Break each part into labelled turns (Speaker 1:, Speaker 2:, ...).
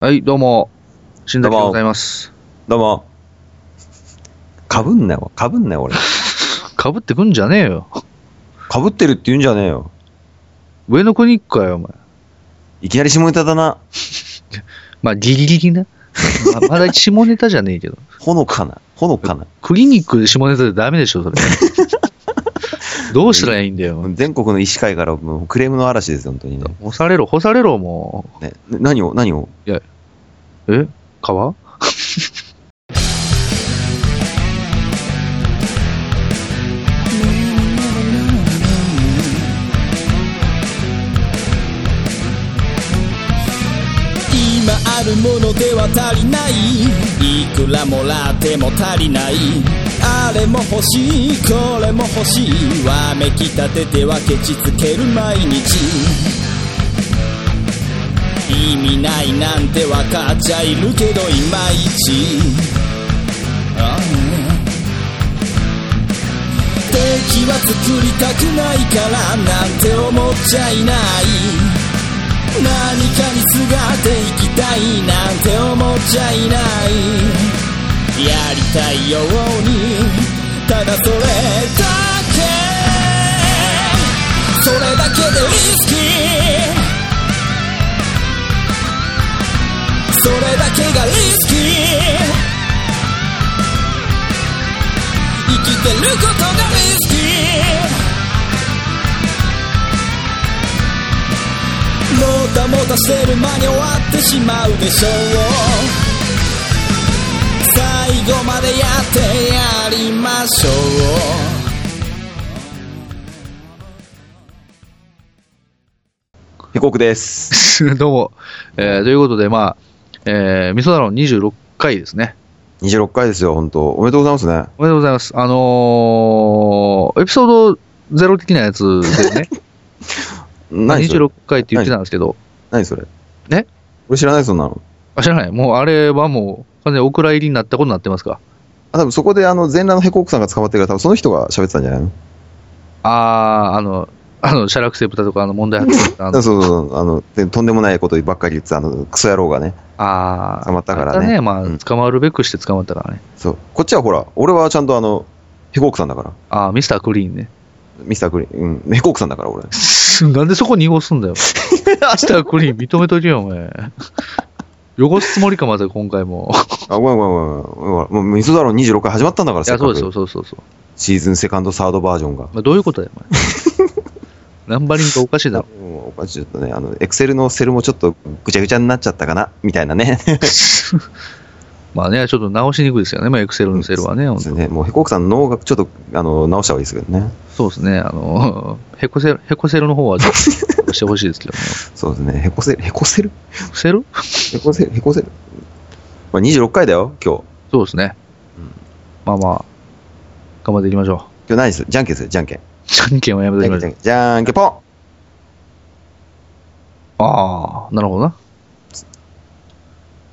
Speaker 1: はい、どうも。新
Speaker 2: どう
Speaker 1: 宅
Speaker 2: も
Speaker 1: でございます。
Speaker 2: どうも。かぶんなよ、かぶんなよ、俺。
Speaker 1: かぶってくんじゃねえよ。
Speaker 2: かぶってるって言うんじゃねえよ。
Speaker 1: 上の子に行くかよ、お前。
Speaker 2: いきなり下ネタだな。
Speaker 1: まあ、ギリギリな。ままだ下ネタじゃねえけど。
Speaker 2: ほのかな、ほのかな。
Speaker 1: クリニックで下ネタでダメでしょ、それ。 どうしたらいいんだよ。
Speaker 2: 全国の医師会からもうクレームの嵐ですよ、本当にね。
Speaker 1: 干されろ、干されろ、も
Speaker 2: ねな何を、何を。
Speaker 1: う。え川
Speaker 3: 今あるものでは足りないいくらもらっても足りないあれも欲しいこれも欲しいわめきたててはケチつける毎日意味ないなんてわかっちゃいるけどいまいちああ敵は作りたくないからなんて思っちゃいない何かにすがっていきたいなんて思っちゃいないやりたいようにただそれだけそれだけでリスキーそれだけがリスキー生きてることがリスキーもたもたしてる間に終わってしまうでしょう最後までやってやりましょう
Speaker 2: ヘコクです。
Speaker 1: どうも。えーということで、まあ、えー、味噌だろ26回ですね。
Speaker 2: 26回ですよ、本当おめでとうございますね。
Speaker 1: おめでとうございます。あのー、エピソードゼロ的なやつで ね、
Speaker 2: 何それ
Speaker 1: 26回って言ってたんですけど、
Speaker 2: 何それ
Speaker 1: え
Speaker 2: 俺知らない、そんなの。
Speaker 1: あ、知らない。もうあれはもう、完全にお蔵入りになったことになってますか。
Speaker 2: あ、多分そこであの、全裸のヘコクさんが捕まってるから、多分その人が喋ってたんじゃないの
Speaker 1: あー、あの、あの、シャラクセプタとかあの問題発生したあ
Speaker 2: そ
Speaker 1: の
Speaker 2: うそうそう、あの、でとんでもないことばっかり言ってた、あの、クソ野郎がね。
Speaker 1: あー、
Speaker 2: 捕まったからね
Speaker 1: あれだま
Speaker 2: う
Speaker 1: あ、
Speaker 2: ん
Speaker 1: 捕まるべくして捕まったからね。
Speaker 2: そう。こっちはほら、俺はちゃんとあの、ヘコクさんだから。
Speaker 1: あー、ミスタークリーンね。
Speaker 2: ミスタークリーン、うん、ヘコークさんだから俺。
Speaker 1: なんでそこ濁すんだ よ。ミスタークリーン認めとけよ、お前。汚すつもり か、また今回も。
Speaker 2: あ、ごめんごめんごめんごめん。もう、ミソダロン26回始まったんだから、
Speaker 1: いや、
Speaker 2: せっか
Speaker 1: そ
Speaker 2: く
Speaker 1: うですよ、そうそうそう。
Speaker 2: シーズンセカンド、サードバージョンが。
Speaker 1: まあ、どういうことだよ、お前。 ナンバリングおかしいだろ。
Speaker 2: もうおかしいちょっとね、あの、エクセルのセルもちょっとぐちゃぐちゃになっちゃったかな、みたいなね。
Speaker 1: まあね、ちょっと直しにくいですよね、まあ、エクセルのセルはね、本当
Speaker 2: そうね。もう、ヘコークさんの脳がちょっと、あの、直した方がいいですけどね。
Speaker 1: そうですね、あの、 ヘコセル、ヘコセルの方は、ちょっとしてほしいですけ どね。
Speaker 2: そうですね。ヘコセル、ヘコセル
Speaker 1: ヘコセル
Speaker 2: ヘコセル、ヘコセル。まあ、26回だよ、今日。
Speaker 1: そうですね
Speaker 2: うん。
Speaker 1: まあまあ、頑張っていきましょ
Speaker 2: 今日何ですじゃんけんですよ、じゃんけん。
Speaker 1: う。じゃんけんはやめ
Speaker 2: じ
Speaker 1: て
Speaker 2: ゃ
Speaker 1: き
Speaker 2: んけ
Speaker 1: ま
Speaker 2: ん、じ
Speaker 1: し
Speaker 2: ゃ
Speaker 1: ょう
Speaker 2: んけん、じゃんけんぽん。
Speaker 1: ああ、なるほどな。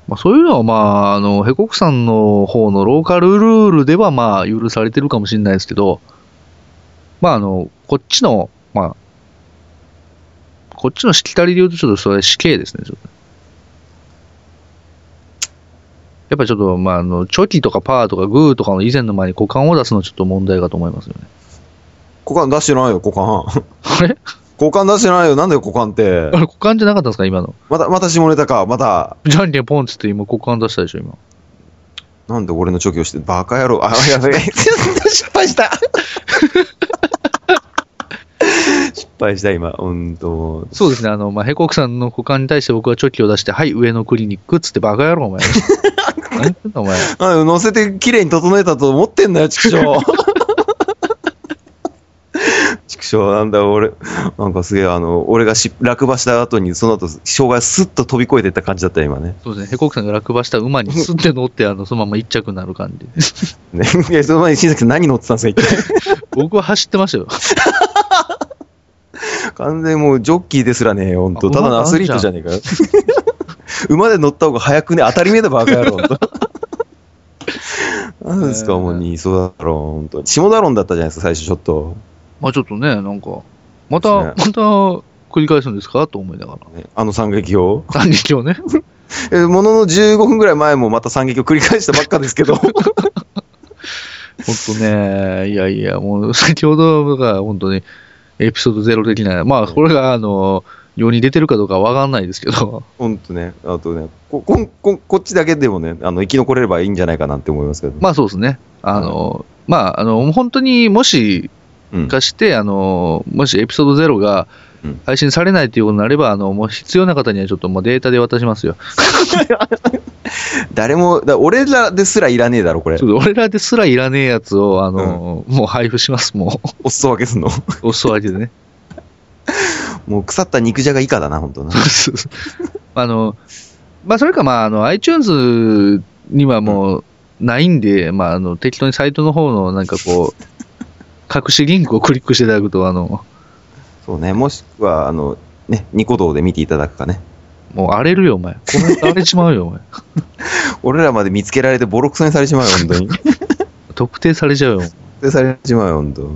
Speaker 1: まあそういうのはまあ、あの、ヘコクさんの方のローカルルールではまあ許されてるかもしれないですけど、まああの、こっちの、まあ、こっちのしきたりで言うとちょっとそれ死刑ですね、ちょっと。やっぱりちょっと、まあ、あの、チョキとかパーとかグーとかの以前の前に股間を出すのはちょっと問題かと思いますよね。
Speaker 2: 股間出してないよ、股間。
Speaker 1: あれ
Speaker 2: 股間出してないよ、なんだよ、股間って
Speaker 1: あ。れ股間じゃなかったんですか、今の。
Speaker 2: また、また下ネタか、また。
Speaker 1: じゃんけんポンっつって今股間出したでし ょ、今。
Speaker 2: なんで俺のチョキをして、バカ野郎。あ、やべえ。失敗した。失敗した、今。うんと。
Speaker 1: そうですね、あの、まあ、ヘコクさんの股間に対して僕はチョキを出して、はい、上のクリニックっつってバカ野郎、お前。何言ってんだ、お前。
Speaker 2: あ乗せて綺麗に整えたと思ってんだよ、畜生。 畜生、なんだ、俺、なんかすげえ、あの、俺がし落馬した後に、その後、障害スッと飛び越えてった感じだった、今ね。
Speaker 1: そうですね、ヘコクさんが落馬した馬にすって乗って、あの、そのまま一着になる感じ。
Speaker 2: ね、 いやその前に新崎さん何乗ってたんですか、一体。
Speaker 1: 僕は走ってましたよ。
Speaker 2: 完全にもうジョッキーですらね、ほんと。
Speaker 1: あ
Speaker 2: ただのアスリートじゃねえかよ。 馬で乗った方が早くね、当たり前だバカ野郎、ほん と。何ですか、もう、にそうだろう、ほんと。下だろんだったじゃないですか、最初ちょっと。
Speaker 1: まあ、ちょっとね、なんか、また、
Speaker 2: そう
Speaker 1: また、繰り返すんですかと思いながら。
Speaker 2: ねあの惨劇を。
Speaker 1: 三撃をね。
Speaker 2: えものの15分ぐらい前もまた惨劇を繰り返したばっかですけど、
Speaker 1: ほんとね、いやいや、もう先ほどが本当にエピソードゼロ的な、まあこれがあの、世に出てるかどうかわかんないですけど、
Speaker 2: ほんとね、あとね、ここんこんこっちだけでもね、あの生き残れればいいんじゃないかなって思いますけど、
Speaker 1: まあそうですね。あの、まああの、本当にもし
Speaker 2: うん
Speaker 1: 化して、あの、もしエピソードゼロが
Speaker 2: うん
Speaker 1: 配信されないということになれば、あの、もう必要な方にはちょっともうデータで渡しますよ。
Speaker 2: 誰も、だ俺らですらいらねえだろ、これ
Speaker 1: ちょ、っと俺らですらいらねえやつを、あの、もう配布します、もう。
Speaker 2: お裾分けすんの、
Speaker 1: お裾分けでね。
Speaker 2: もう腐った肉じゃが以下だな、本当な。
Speaker 1: あの、まあ、それか、まあ、あの、iTunes にはもうないんで、まあ、あの、適当にサイトの方の、なんかこう、 隠しリンクをクリックしていただくと、あの、
Speaker 2: そうね、もしくは、あの、ね、ニコ動で見ていただくかね。
Speaker 1: もう荒れるよ、お前。コメント荒れちまうよ、お前。
Speaker 2: 俺らまで見つけられてボロクソにされてしまうよ、本当に。
Speaker 1: 特定されちゃうよ。
Speaker 2: でされてしまうよ、本当。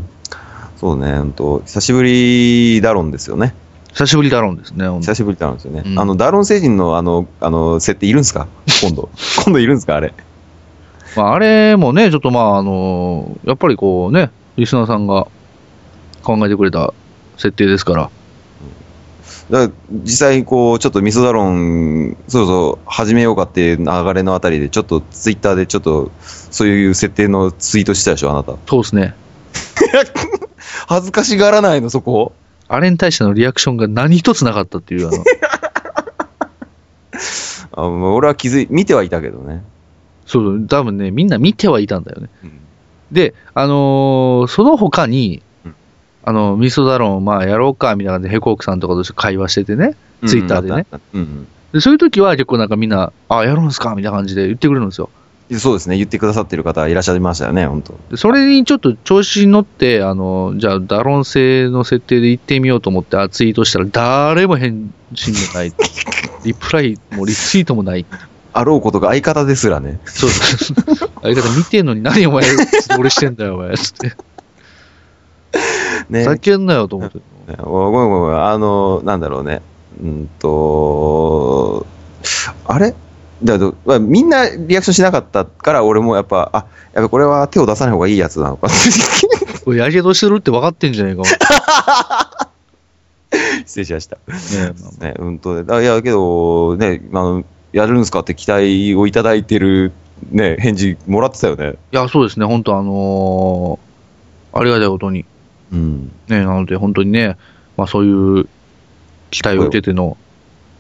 Speaker 2: そうね、本当久しぶりダロンですよね。
Speaker 1: 久しぶりだろうんですね、ほんと
Speaker 2: 久しぶりダロンですよね。
Speaker 1: うん
Speaker 2: あの、ダロン星人のあの、あの、設定いるんすか今度。今度いるんすかあれ。
Speaker 1: まあ、あれもね、ちょっとまあ、あの、やっぱりこうね、リスナーさんが考えてくれた設定ですから。
Speaker 2: だから実際、こう、ちょっとミソダロン、そろそろ始めようかっていう流れのあたりで、ちょっとツイッターでちょっと、そういう設定のツイートしたでしょ、あなた。
Speaker 1: そうですね。
Speaker 2: 恥ずかしがらないの、そこ。
Speaker 1: あれに対してのリアクションが何一つなかったって いう、あの、
Speaker 2: あもう俺は気づい、見てはいたけどね。
Speaker 1: そう、多分ね、みんな見てはいたんだよね。
Speaker 2: うん
Speaker 1: で、あのーその他に
Speaker 2: うん、
Speaker 1: あの、ミソダロン、まあ、やろうか、みたいな感じで、ヘコークさんとかと会話しててね。ツイッターでね。
Speaker 2: うんあったあったうん
Speaker 1: で、そういう時は結構なんかみんな、あ、やるんすかみたいな感じで言ってくれるんですよ。
Speaker 2: うんそうですね、言ってくださってる方いらっしゃいましたよね、本当。
Speaker 1: で、それにちょっと調子に乗って、あの、じゃあ、ダロン製の設定で行ってみようと思って、あツイートしたら、誰も返信もない。 リプライもリツイートもない。
Speaker 2: あろうことが相方ですらね。
Speaker 1: そうそう。相方見てんのに何お前、俺してんだよ、お前。つって。
Speaker 2: ね
Speaker 1: ふざけんなよ、と思って。
Speaker 2: ねおごめんごめんごめん、あの、なんだろうね。うんと、あれだけど、まあ、みんなリアクションしなかったから、俺もやっぱ、あ、やっぱこれは手を出さない方がいいやつなのか。 失
Speaker 1: これ、やけどしてるって分かってんじゃねえか、お前
Speaker 2: 礼しました。
Speaker 1: ねえまあ
Speaker 2: ね、うんとね、だいや、けど、ね、あの、やるんすかって期待をいただいてる、ね、返事もらってたよね。
Speaker 1: いや、そうですね、本当、あのーありがたいことに、
Speaker 2: うん。
Speaker 1: ね、なので、本当にね、まあ、そういう期待を受けての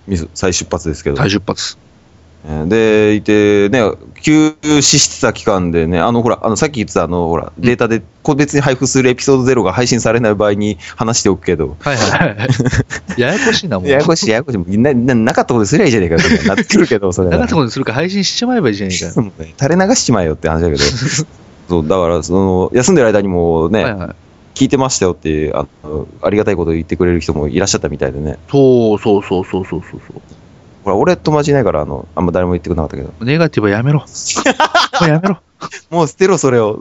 Speaker 2: ミス再出発ですけど。
Speaker 1: 再出発、
Speaker 2: えーで、いて、ね、休止してた期間でね、あの、ほら、あの、さっき言ってた、あの、ほら、データで個別に配布するエピソードゼロが配信されない場合に話しておくけど、
Speaker 1: はいはいはい、 ややこしいな、もう、
Speaker 2: ややこしい、ややこしい、な、ななかったことすりゃいいじゃねえかよ、みたいになってくるけど、それ
Speaker 1: な
Speaker 2: は
Speaker 1: かったことにするから配信しちまえばいいじゃないかよ、
Speaker 2: そうね垂れ流しちまえよって 話だけど、そう、だから、その、休んでる間にもね、
Speaker 1: はいはい、
Speaker 2: 聞いてましたよってあの、ありがたいこと言ってくれる人もいらっしゃったみたいでね、
Speaker 1: そうそうそうそうそうそう
Speaker 2: ほら、俺友達いないから、あの、あんま誰も言ってくれなかったけど、
Speaker 1: ネガティブはやめろ、もうやめろ、
Speaker 2: もう捨てろ、それを。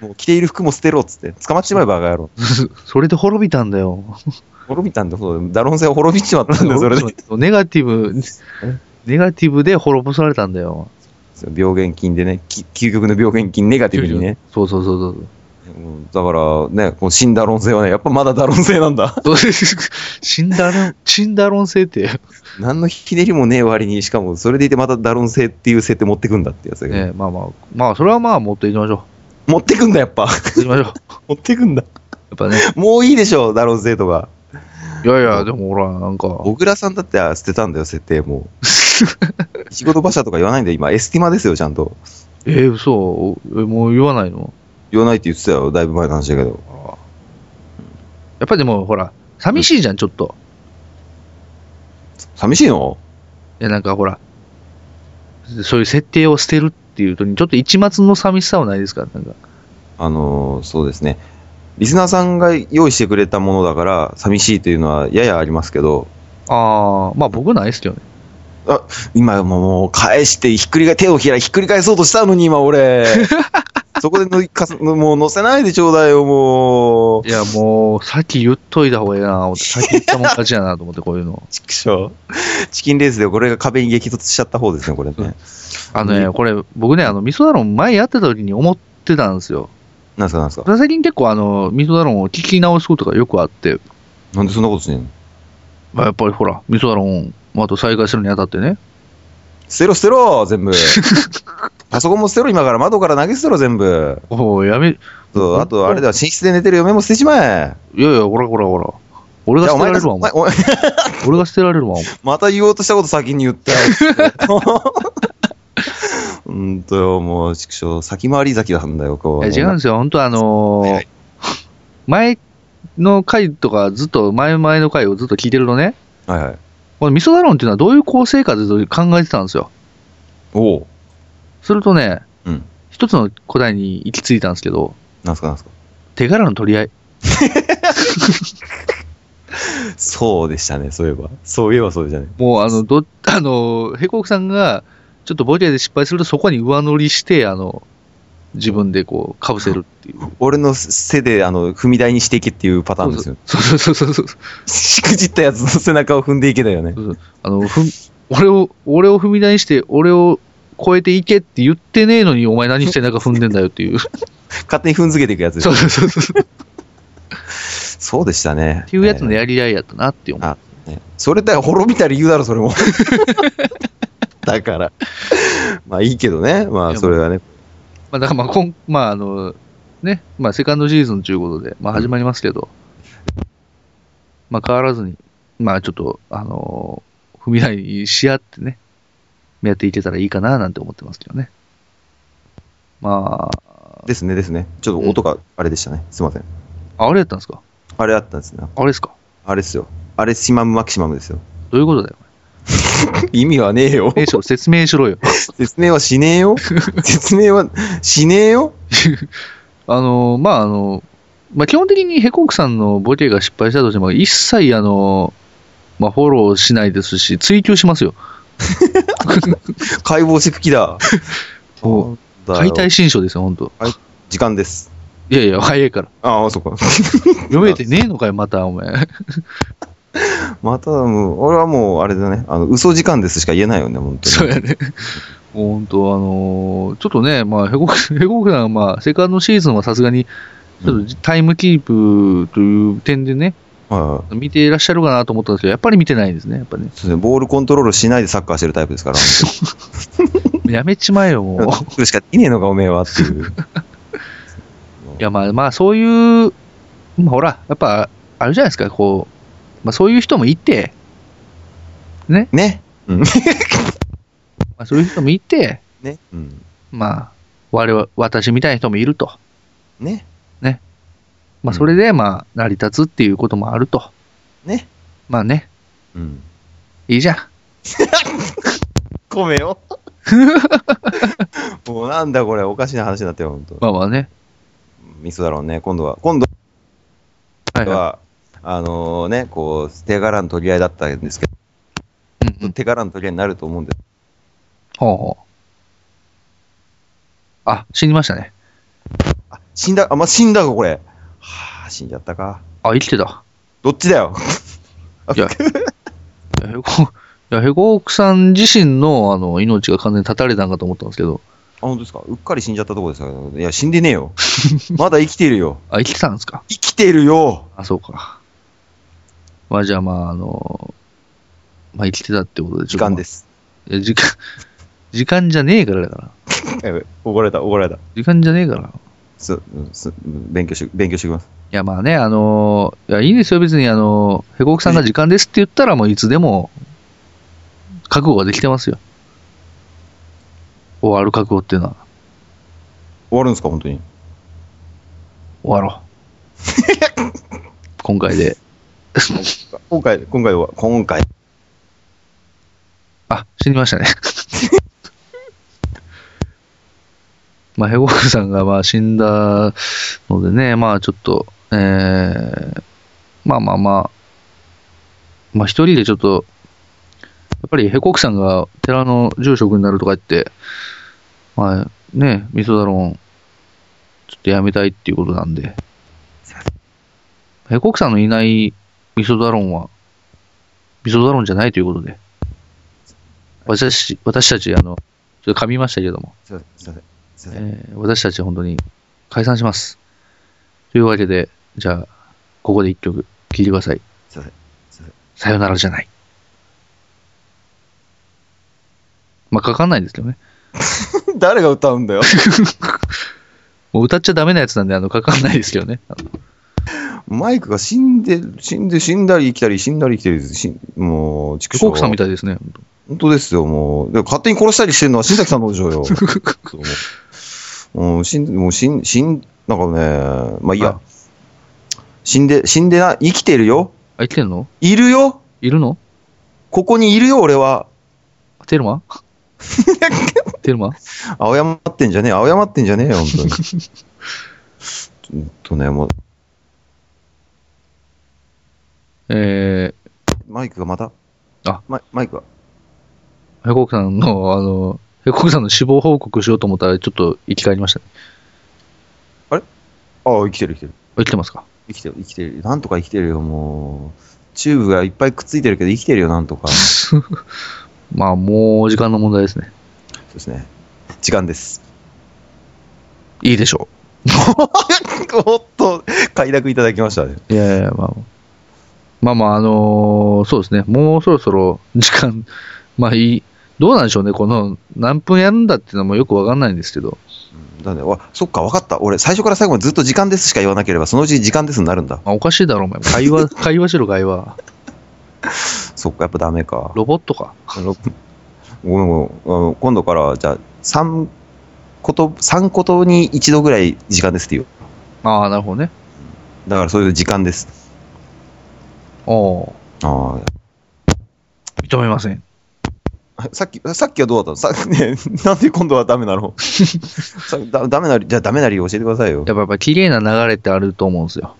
Speaker 2: もう着ている服も捨てろっつって、捕まっちまえば、バカ野郎。
Speaker 1: それで滅びたんだよ、
Speaker 2: 滅びたんだ、そうダロン星を滅びちまったんだよ、それで。
Speaker 1: ネガティブ、ネガティブで滅ぼされたんだよ、
Speaker 2: 病原菌でね、き究極の病原菌ネガティブにね。
Speaker 1: そうそうそうそう。
Speaker 2: うんだからね、この死んだ論性はね、やっぱまだダロン性なん だ。
Speaker 1: どうです死んだろん、死んだろん性って。
Speaker 2: 何のひねりもねえ割に、しかもそれでいてまたダロン性っていう設定持ってくんだってやつだけど、
Speaker 1: ねえ、まあまあ、まあ、それはまあ、持っていきましょう。
Speaker 2: 持ってくんだ、やっぱ。
Speaker 1: 持っていきましょう。や
Speaker 2: 持ってくんだ。
Speaker 1: っぱね、
Speaker 2: もういいでしょう、ダロン性とか。
Speaker 1: いやいや、でもほら、なんか、
Speaker 2: 小倉さんだってあ捨てたんだよ、設定もう。仕事馬車とか言わないんだよ、今。エスティマですよ、ちゃんと。
Speaker 1: えー、嘘、えもう言わないの
Speaker 2: 言わないって言ってたよ、だいぶ前の話だけど。
Speaker 1: やっぱりでも、ほら、寂しいじゃん、ちょっと。
Speaker 2: 寂しいの
Speaker 1: いや、なんかほら、そういう設定を捨てるっていうとに、ちょっと一末の寂しさはないですか、なんか。
Speaker 2: あのーそうですね、リスナーさんが用意してくれたものだから、寂しいというのはややありますけど、
Speaker 1: ああ、まあ僕ないっすよね。
Speaker 2: 今もう返してひっくり返、手をひらひっくり返そうとしたのに、今、俺、そこで乗りかすもう乗せないでちょうだいよ、もう
Speaker 1: い。や、もう、さっき言っといた方がいいな、思って先言ったもん勝ちやなと思って、こういうの。
Speaker 2: チクショーチキンレースでこれが壁に激突しちゃった方ですね、これ ね。
Speaker 1: あのね、これ、僕ね、あの、ミソダロン前やってた時に思ってたんですよ。
Speaker 2: なんすか、なんすか。
Speaker 1: 最近結構、あの、ミソダロンを聞き直すことがよくあって、
Speaker 2: なんでそんなことしてんの
Speaker 1: まあ、やっぱりほら、ミソダロン、まあ、あと再開するにあたってね、
Speaker 2: 捨てろ、捨てろ、 全部。パソコンも捨てろ、今から窓から投げ捨てろ、全部。
Speaker 1: おうやめ、い
Speaker 2: そうあと、あれだ、寝室で寝てる嫁も捨てちまえ。
Speaker 1: やいや、ほらほらほら。俺
Speaker 2: じ
Speaker 1: が
Speaker 2: ゃあ、
Speaker 1: 捨
Speaker 2: お
Speaker 1: てられ
Speaker 2: 前が
Speaker 1: るわ、お
Speaker 2: お
Speaker 1: 前。
Speaker 2: 前お前
Speaker 1: 俺が捨てられるわ、お前。
Speaker 2: また言おうとしたこと先に言ったよ。うんとよ、もう、チクショー、先回り咲きなんだよ、こう。
Speaker 1: いや違うん
Speaker 2: ん
Speaker 1: ですよ、本当あのー
Speaker 2: はいはい
Speaker 1: 前の回とか、ずっと、前々の回をずっと聞いてるとね、
Speaker 2: はいはい。
Speaker 1: このミソダロンっていうのはどういう構成かというと考えてたんですよ。
Speaker 2: おう。
Speaker 1: するとね、
Speaker 2: うん。
Speaker 1: 一つの答えに行き着いたんですけど、
Speaker 2: なんすか、なんすか。
Speaker 1: 手柄の取り合い。
Speaker 2: そうでしたね、そういえば。そういえばそうでしたね。
Speaker 1: もう、あの、ど、あの、ヘコクさんが、ちょっとボケで失敗するとそこに上乗りして、あの、自分でこう、被せるっていう。
Speaker 2: 俺の背で、あの、踏み台にしていけっていうパターンですよ。
Speaker 1: そうそうそうそうそう。
Speaker 2: しくじったやつの背中を踏んでいけだよね。
Speaker 1: あの、ふん、俺を、俺を踏み台にして、俺を超えていけって言ってねえのに、お前何して中踏んでんだよって いう。
Speaker 2: 勝手に踏んづけていくやつでし
Speaker 1: そ
Speaker 2: ょ
Speaker 1: うそうそうそう。っ
Speaker 2: そうでしたね。って
Speaker 1: いうやつのやり合いやったなって思う。
Speaker 2: あねそれだよ、滅びた理由だろ、それも。だから。まあいいけどね。まあそれはね。
Speaker 1: まあ、だからまあ、こん、まあ、あの、ね、まあ、セカンドシーズンということで、まあ、始まりますけど、まあ、変わらずに、まあ、ちょっと、あのー踏み台にし合ってね、やっていけたらいいかな、なんて思ってますけどね。ま
Speaker 2: ですね、ですね。ちょっと音があれでしたね。すいません。
Speaker 1: あ、あれやったんですか
Speaker 2: あれあったんですね。
Speaker 1: あれですか
Speaker 2: あれですよ。あれ、シマムマキシマムですよ。
Speaker 1: どういうことだよ。
Speaker 2: 意味はねえよ。
Speaker 1: え、ちょ、説明しろよ。
Speaker 2: 説明はしねえよ。説明はしねえよ。
Speaker 1: あのーまあ、あのまあ、基本的にヘコークさんのボケが失敗したとしても、一切、あのまあ、フォローしないですし、追求しますよ。
Speaker 2: 解剖してく気だ。
Speaker 1: そう
Speaker 2: だよ
Speaker 1: 解体新書ですよ、本当
Speaker 2: 時間です。
Speaker 1: いやいや、早いから。
Speaker 2: ああ、そっか。
Speaker 1: 読めてねえのかよ、また、お前。
Speaker 2: またもう、俺はもう、あれだね、あの、嘘時間ですしか言えないよね、本当
Speaker 1: そう
Speaker 2: に。
Speaker 1: やね。もう本当、あのーちょっとね、まあ、ヘコク、ヘコクさんは、まあ、セカンドシーズンはさすがに、ちょっとタイムキープという点でね、
Speaker 2: はい。
Speaker 1: 見ていらっしゃるかなと思ったんですけど、やっぱり見てないんですね、やっぱね。
Speaker 2: そうですね、ボールコントロールしないでサッカーしてるタイプで すから。
Speaker 1: やめちまえよ、もう。
Speaker 2: それしかできねえのか、おめえはっていう。
Speaker 1: いや、まあ、まあ、そういう、まあ、ほら、やっぱ、あるじゃないですか、こう、まあ、そういう人もいて、
Speaker 2: ね。うん。
Speaker 1: まあ、そういう人もいて、
Speaker 2: ね。うん。
Speaker 1: まあ、我々、私みたいな人もいると。
Speaker 2: ね。
Speaker 1: ま
Speaker 2: う
Speaker 1: あ、
Speaker 2: ん
Speaker 1: それで、まあ、成り立つっていうこともあると。
Speaker 2: ね。
Speaker 1: まあね、
Speaker 2: うん。
Speaker 1: いいじゃん。
Speaker 2: ごめん よ。もうなんだこれ、おかしな話になってよ、本当。
Speaker 1: まあまあね。
Speaker 2: ミスだろうね、今度は。今度
Speaker 1: はい、はい。
Speaker 2: は、あのね、こう、手柄の取り合いだったんですけ
Speaker 1: うんう
Speaker 2: ど、
Speaker 1: ん。
Speaker 2: 手柄の取り合いになると思うんです。
Speaker 1: ほうほう。あ、死にましたね。
Speaker 2: あ、死んだ、あ、まあ、死んだか、これ。はあ、死んじゃったか。
Speaker 1: あ、生きてた。
Speaker 2: どっちだよ。
Speaker 1: い や、いやヘコ、いや、ヘコークさん自身の、あの、命が完全に絶たれたんかと思ったんですけど、
Speaker 2: あ、本当ですかうっかり死んじゃったとこですよ。いや、死んでねえよ。まだ生きてるよ。
Speaker 1: あ、生きてたんですか
Speaker 2: 生きてるよ
Speaker 1: あ、そうか。まあ、じゃあ、まあ、あの、まあ、生きてたってことで、。
Speaker 2: 時間ですす。
Speaker 1: いや、時間、 時間じゃねえからだから。
Speaker 2: やべ怒られた、怒られた。
Speaker 1: 時間じゃねえから。
Speaker 2: す、す、勉強し、勉強してきます。
Speaker 1: いや、まあね、あの、いや、いいんですよ、別に、あの、ヘコークさんが時間ですって言ったら、もういつでも、覚悟ができてますよ。終わる覚悟っていうのは、
Speaker 2: 終わるんですか、本当に。
Speaker 1: 終わろ う。今回で。
Speaker 2: 今回、今回は、今回。
Speaker 1: あ、死にましたね。 まあ、ヘゴクさんがまあ死んだのでね、まあちょっと、えー、まあまあまあ、まあ一人でちょっと、やっぱりヘコクさんが寺の住職になるとか言って、まあね、ミソダロン、ちょっとやめたいっていうことなんで。ヘコクさんのいない味噌ダロンは、味噌ダロンじゃないということで。私、私たち、あの、ちょっと噛みましたけども。
Speaker 2: すいません。すいません。
Speaker 1: えー私たち本当に解散します。というわけで、じゃあ、ここで一曲聴いてください。
Speaker 2: すいません。すいません。
Speaker 1: さよならじゃない。まあ、かかんないんですけどね。
Speaker 2: 誰が歌うんだよ。
Speaker 1: もう歌っちゃダメなやつなんで、あの、かかんないですけどね。あの
Speaker 2: マイクが死んで、死んで、死んだり生きたり、死んだり生きたり、死んもう、畜
Speaker 1: フォークさんみ
Speaker 2: たい。
Speaker 1: たい ですね。本
Speaker 2: 本当ですよ、もう。でも勝手に殺したりしてるのは新崎さんの方でしょ うよ。そうもう、もう死ん、もう死ん、死ん、なんかね、まあいい
Speaker 1: は
Speaker 2: や。死んで、死んでな、生きてるよ。
Speaker 1: 当あ、生きてんの
Speaker 2: いるよ。
Speaker 1: いるの
Speaker 2: ここにいるよ、俺は。
Speaker 1: テ ルマテルマ
Speaker 2: 青山ってんじゃねえ、青山ってんじゃねえよ、本 当に。ちょっとね、もう、
Speaker 1: えー、
Speaker 2: マイクがまた。
Speaker 1: あ
Speaker 2: マイマイクが。
Speaker 1: ヘコクさんの、あの、ヘコクさんの死亡報告しようと思ったら、ちょっと生き返りましたね。
Speaker 2: ああ、生きてる、生きてる。
Speaker 1: あ生きてますか
Speaker 2: 生きてる、生きてる。なんとか生きてるよ、もう。チューブがいっぱいくっついてるけど、生きてるよ、なんとか。そ
Speaker 1: まあ、もう時間の問題ですね。
Speaker 2: うですね。時間です。
Speaker 1: いいでしょ
Speaker 2: おっと、快諾いただきましたね。
Speaker 1: う。いやいや、まあ、まあまあ、あのーそうですね。もうそろそろ 時間、まあいい。どうなんでしょうね。この、何分やるんだっていうのもよくわかんないんですけど。
Speaker 2: うんだね、わ、そっか、わかった。俺、最初から最後までずっと時間ですしか言わなければ、そのうち時間ですになるんだ。
Speaker 1: まあ、おかしいだろ、お前。会 話、会話しろ、会話。
Speaker 2: そっか、やっぱダメか。
Speaker 1: ロボットか。
Speaker 2: ごめんごめんうん。今度から、じゃあ、3こと、三ことに一度ぐらい時間ですって言う。
Speaker 1: ああ、なるほどね。
Speaker 2: だから、そういう時間です。
Speaker 1: おー
Speaker 2: あ
Speaker 1: 認めません。
Speaker 2: あ。さっき、さっきはどうだったのさ、 ね、なんで今度はダメ なのさだダメなり、じゃあダメなり教えてくださいよ。
Speaker 1: やっぱ、やっぱ、綺麗な流れってあると思うんですよ。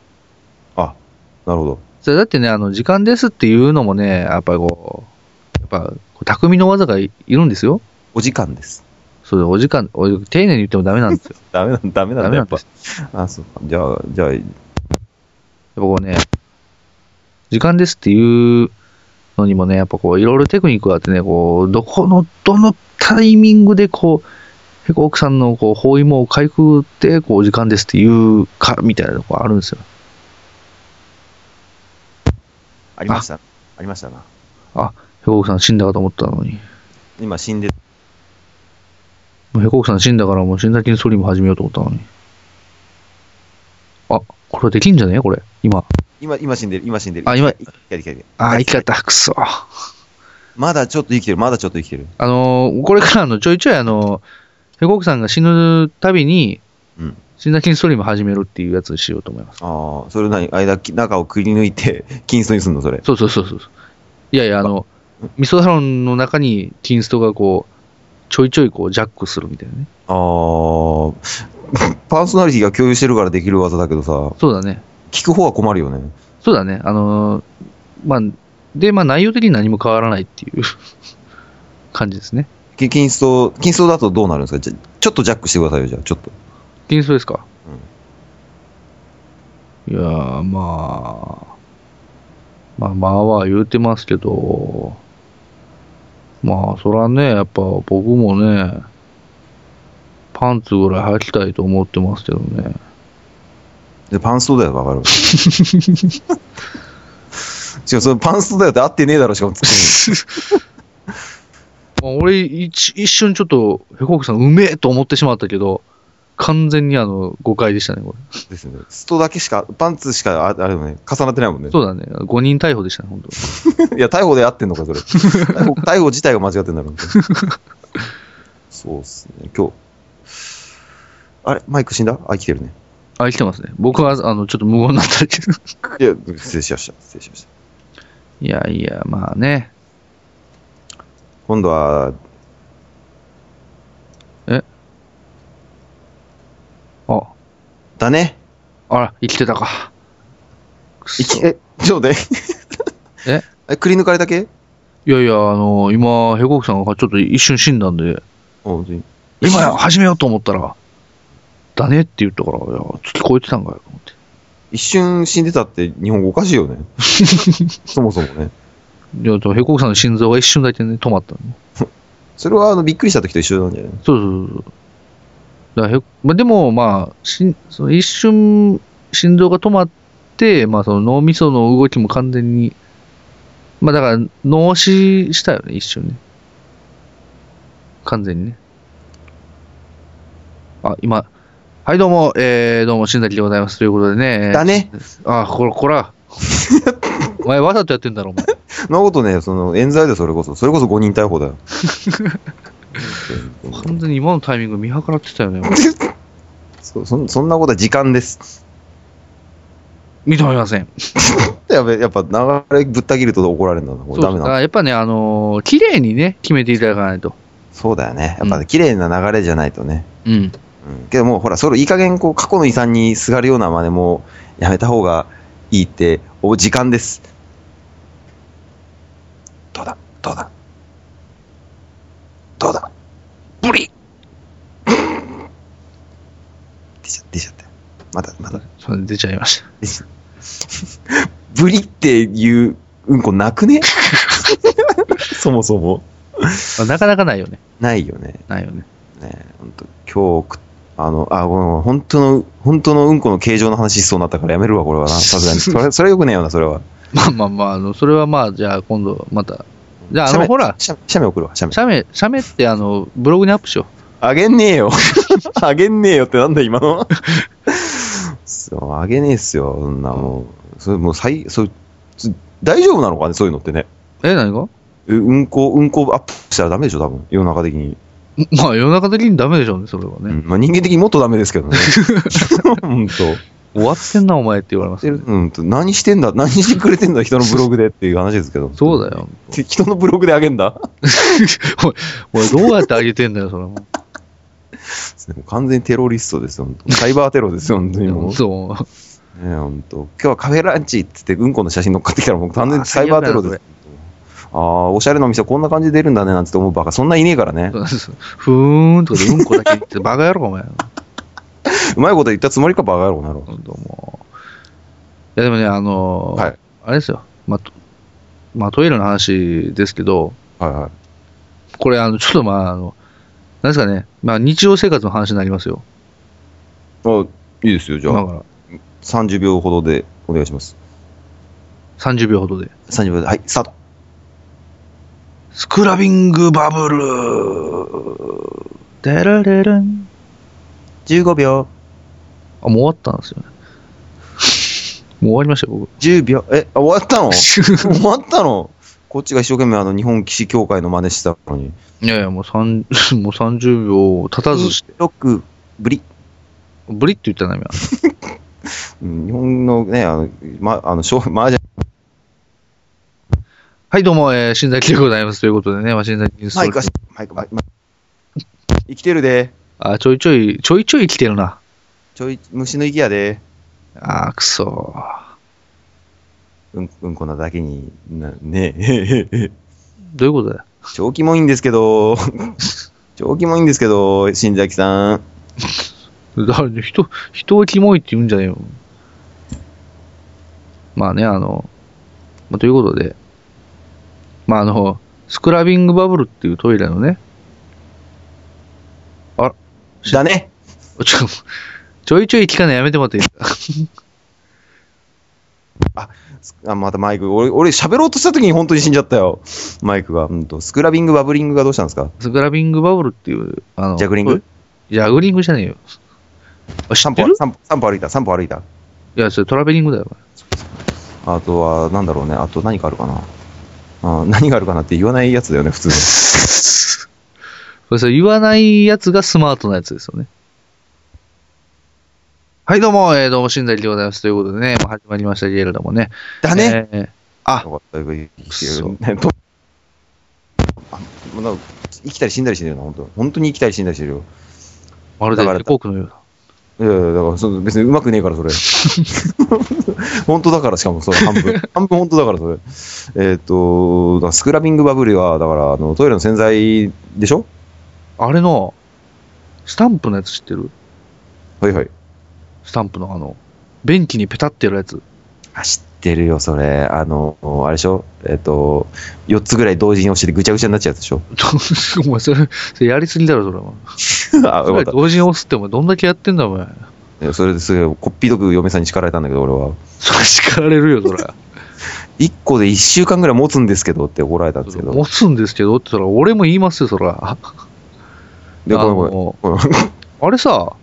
Speaker 2: あ、なるほど。
Speaker 1: それだってね、あの、時間ですっていうのもね、やっぱりこう、やっぱ、こう匠の技がいいるんですよ。
Speaker 2: お時間です。
Speaker 1: そうお時間、お丁寧に言ってもダメなんですよ。
Speaker 2: ダメなんダメな
Speaker 1: ダメ
Speaker 2: んだ、
Speaker 1: な
Speaker 2: や
Speaker 1: ん
Speaker 2: っ
Speaker 1: で
Speaker 2: ぱ
Speaker 1: す。。
Speaker 2: あ、そうか。じゃあ、じゃあ、
Speaker 1: やっぱこうね、時間ですっていうのにもね、やっぱこう、いろいろテクニックがあってね、こう、どこの、どのタイミングでこう、結構奥さんのこう包囲網をかいくぐって、こう、時間ですっていうか、みたいなとこあるんですよ。
Speaker 2: ありました。ありましたな。
Speaker 1: ヘコクさん死んだかと思ったのに。
Speaker 2: 今死んで、
Speaker 1: もうヘコクさん死んだからもう死んだ気にソリも始めようと思ったのに。あ、これできんじゃねこれ。今。
Speaker 2: 今、今死んでる、今死んでる。
Speaker 1: あ今
Speaker 2: 生きてる、生きてる。
Speaker 1: あー、生きった。くそ。あ
Speaker 2: まだちょっと生きてる、まだちょっと生きてる。
Speaker 1: のーこれからあのちょいちょいあの、ヘコクさんが死ぬたびに、
Speaker 2: うん。
Speaker 1: 死んだ気にソリも始めるっていうやつにしようと思います。
Speaker 2: ああ、それ何間、中をくり抜いて、 金層にすんのそれ。
Speaker 1: そうそうそうそう。いやいや、あの、ミソサロンの中にキンストがこう、ちょいちょいこうジャックするみたいなね。
Speaker 2: ああ、 パーソナリティが共有してるからできる技だけどさ、
Speaker 1: そうだね。
Speaker 2: 聞く方は困るよね。
Speaker 1: そうだね。あのーまあ、で、まあ内容的に何も変わらないっていう 感じですね。
Speaker 2: き金層、金層だとどうなるんですかじゃちょっとジャックしてくださいよ、じゃあ、ちょっと。
Speaker 1: キンストですかいやー、まあ、まあまあは言うてますけど、まあそらね、やっぱ僕もね、パンツぐらい履きたいと思ってますけどね。
Speaker 2: で、パンストだよ、わかる。違う、そのパンストだよって合ってねえだろ、しかも突っ込
Speaker 1: まあ俺一、一瞬ちょっと、ヘコークさんうめえと思ってしまったけど、完全にあの、誤解でしたね、これ。
Speaker 2: むですね。ストだけしか、パンツしか、ああれだもんね、重なってないもんね。
Speaker 1: そうだね、5人逮捕でしたね、本当
Speaker 2: いや、逮捕で合ってんのか、それ。逮捕逮捕自体が間違ってんだろう。そうっすね。今日。あれマイク死んだあ、生きてるね。
Speaker 1: あ、生きてますね。僕は、あの、ちょっと無言になったけど。
Speaker 2: いや、失礼しました。失礼しました。
Speaker 1: いやいや、まあね。
Speaker 2: 今度は、
Speaker 1: あ、
Speaker 2: だね。
Speaker 1: あら、生きてたか。くそ
Speaker 2: 生き、え、ちょうだい。
Speaker 1: え
Speaker 2: えくり抜かれたけ
Speaker 1: いやいや、あの今、ヘコークさんがちょっと一瞬死んだんで、
Speaker 2: おう、本当に
Speaker 1: 今や始めようと思ったら、だねって言ったから、いや聞こえてたんかよ、と思って。
Speaker 2: 一瞬死んでたって日本語おかしいよね。そもそもね。
Speaker 1: いや、でもヘコクさんの心臓が一瞬だけね、止まったのね。
Speaker 2: それはあのびっくりした時と一緒なんじゃない
Speaker 1: そうそうそうそう。だからへまあ、でも、まあ、しんその一瞬、心臓が止まって、まあ、その脳みその動きも完全に、まあ、だから、脳死したよね、一瞬ね。完全にね。あ、今、はい、どうも、えー、どうも、新崎でございます。ということでね。
Speaker 2: だね。
Speaker 1: あ、こら、こら。お前、わざとやってんだろ、お前。
Speaker 2: そんなことね、その、冤罪だよ、それこそ。それこそ5人逮捕だよ。
Speaker 1: 完全に今のタイミング見計らってたよね。
Speaker 2: そそんそんなことは時間です。
Speaker 1: 認めません。
Speaker 2: やべ、やっぱ流れぶった切ると怒られるんだな。もう
Speaker 1: そ
Speaker 2: ダメ
Speaker 1: うそう
Speaker 2: な
Speaker 1: あ
Speaker 2: の。
Speaker 1: やっぱね、あのー綺麗にね、決めていただかないと。
Speaker 2: そうだよね。やっ
Speaker 1: う
Speaker 2: ぱ綺麗な流れじゃないとね。
Speaker 1: うん。
Speaker 2: うん。けどもうほら、それいい加減こう、過去の遺産にすがるような真似もやめた方がいいって、お、時間です。どうだどうだどうだ
Speaker 1: ブリ
Speaker 2: 出ちゃ出ちゃったよ。まだ、 まだ。
Speaker 1: それ出ちゃいました。
Speaker 2: ブリっていううんこなくね そもそも。
Speaker 1: まあなかなかないよね。
Speaker 2: ないよね。
Speaker 1: ないよね。
Speaker 2: ね本当今日食っ、あの、あ、ごめんごめん、本当の、本当のうんこの形状の話しそうになったからやめるわ、これ はな。さすがに。それ、それはよくねえよな、それは。
Speaker 1: まあまあまあ、あの、それはまあ、じゃあ今度また。じゃあ、あ
Speaker 2: 写
Speaker 1: の、
Speaker 2: メ
Speaker 1: ほら、
Speaker 2: 写メ写メ送るわ、写メ。
Speaker 1: 写メ、写メってあの、ブログにアップしよ
Speaker 2: あげんねえよ。 あげんねえよってなんだ、今の。そう、あげねえっすよ、そんなもう。それ、もう、最、そう、つ大丈夫なのかね、そういうのってね。
Speaker 1: う。え、何が
Speaker 2: えうんこ、うんこアップしたらダメでしょ、多分。世の中的に。
Speaker 1: まあ、世の中的にダメでしょうね、それはね。
Speaker 2: うんまあ、人間的にもっとダメですけ どね。本当。
Speaker 1: 終わってんな、お前って言われます、ね。
Speaker 2: うんと、何してんだ何してくれてんだ人のブログでっていう話ですけど。
Speaker 1: そうだよ。
Speaker 2: で人のブログであげんだ
Speaker 1: おい、どうやってあげてんだよ、それも。
Speaker 2: 完全にテロリストですよ、本当サイバーテロですよ、本当にもう。ね
Speaker 1: そう。
Speaker 2: え本当今日はカフェランチっつってうんこの写真乗っかってきたらもう完全にサイバーテロです。ああ、おしゃれなお店こんな感じで出るんだねなんつって思うバカ、そんないねえからね。
Speaker 1: そうそうふーんとかでうんこだけ言って、バカ野郎、お前。
Speaker 2: うまいこと言ったつもりかバカ野郎なろ。
Speaker 1: どうも。いや、でもね、あのー
Speaker 2: はい
Speaker 1: あれですよ。まあ、とまあ、トイレの話ですけど、
Speaker 2: はいはい。
Speaker 1: これ、あの、ちょっとまあ、あの、なんですかね、まあ、日常生活の話になりますよ。
Speaker 2: あいいですよ、じゃ
Speaker 1: 今
Speaker 2: あ。
Speaker 1: から。
Speaker 2: 30秒ほどでお願いします。
Speaker 1: 30秒ほどで。
Speaker 2: 30秒で、はい、スタート。
Speaker 1: スクラビングバブルデラレレン。
Speaker 2: 15秒、
Speaker 1: あ、もう終わったんですよね。もう終わりましたよ、僕。
Speaker 2: 10秒、え、あ終わったの 終わったのこっちが一生懸命あの日本騎士協会の真似したのに。
Speaker 1: いやいや、もう三 もう30秒経たずして、
Speaker 2: ロック、ブリ。
Speaker 1: ブリって言ったな、今。
Speaker 2: うん日本のね、あの、ま、あの、しょう麻雀
Speaker 1: はい、どうも、えー、新崎でございます。ということでね、まあ、新崎ニュース
Speaker 2: マイク貸し、マイク、マイク、マイク生きてるで。
Speaker 1: あ、ちょいちょい、ちょいちょい来てるな。
Speaker 2: ちょい、虫の息やで。
Speaker 1: あー、くそー。
Speaker 2: うん、うんこなだけに、なね え。
Speaker 1: どういうことだよ。
Speaker 2: 長期もいいんですけど、 長期もいいんですけど、新崎さん。
Speaker 1: だから人、人をキモいって言うんじゃねえよ。まあね、あの、まあ、ということで、まああの、スクラビングバブルっていうトイレのね、あら、
Speaker 2: だね。
Speaker 1: ちょ、ちょいちょい聞かないやめてもらっていいですか
Speaker 2: あ、またマイク。俺、俺喋ろうとした時に本当に死んじゃったよ。マイクが。うんと、スクラビング、バブリングがどうしたんですか
Speaker 1: スクラビングバブルっていう、あの、
Speaker 2: ジャグリング
Speaker 1: ジャグリングじゃねえよ。あ、知っ
Speaker 2: 散
Speaker 1: て
Speaker 2: 歩
Speaker 1: る、
Speaker 2: 散歩、散歩歩いた、散歩歩いた。
Speaker 1: いや、それトラベリングだよ。
Speaker 2: あとは、なんだろうね。あと何かあるかな。あ何があるかなって言わないやつだよね、普通の。
Speaker 1: そうそう言わないやつがスマートなやつですよね。はい、どうも、えー、どうも、新崎でございます。ということでね、まあ、始まりましたけれどもね。
Speaker 2: だね。
Speaker 1: えーあ、
Speaker 2: よかったよ生きて
Speaker 1: そ
Speaker 2: る
Speaker 1: う
Speaker 2: ねどあもうなんか生きたり死んだりしてるよな、本当本当に生きたり死んだりしてるよ。
Speaker 1: まるで
Speaker 2: だから
Speaker 1: 飛行機のようだ。
Speaker 2: いやいや、だからその別にうまくねえから、そ れ。本当だから、しかも、それ半分。半分本当だから、それ。えっ、と、だからスクラビングバブルは、だからあの、トイレの洗剤でしょ
Speaker 1: あれの、スタンプのやつ知ってる
Speaker 2: はいはい。
Speaker 1: スタンプのあの、便器にペタってやるやつ。
Speaker 2: あ知ってるよ、それ。あの、あれでしょえっ、と、4つぐらい同時に押しててぐちゃぐちゃになっちゃうやつでしょ
Speaker 1: お前、それ、それやりすぎだろ、それは。
Speaker 2: あ、よ
Speaker 1: そ
Speaker 2: か
Speaker 1: れ
Speaker 2: った
Speaker 1: 同時に押すって、お前、どんだけやってんだ、お前。
Speaker 2: いや。それですごい、こっぴどく嫁さんに叱られたんだけど、俺は。
Speaker 1: それ叱られるよ、そ れ。
Speaker 2: 1個で1週間ぐらい持つんですけどって怒られたんですけど。
Speaker 1: 持つんですけどって言ったら、俺も言いますよ、そら。あ
Speaker 2: で、
Speaker 1: あ
Speaker 2: ごめんごめん
Speaker 1: の
Speaker 2: ごめん。
Speaker 1: あれさ、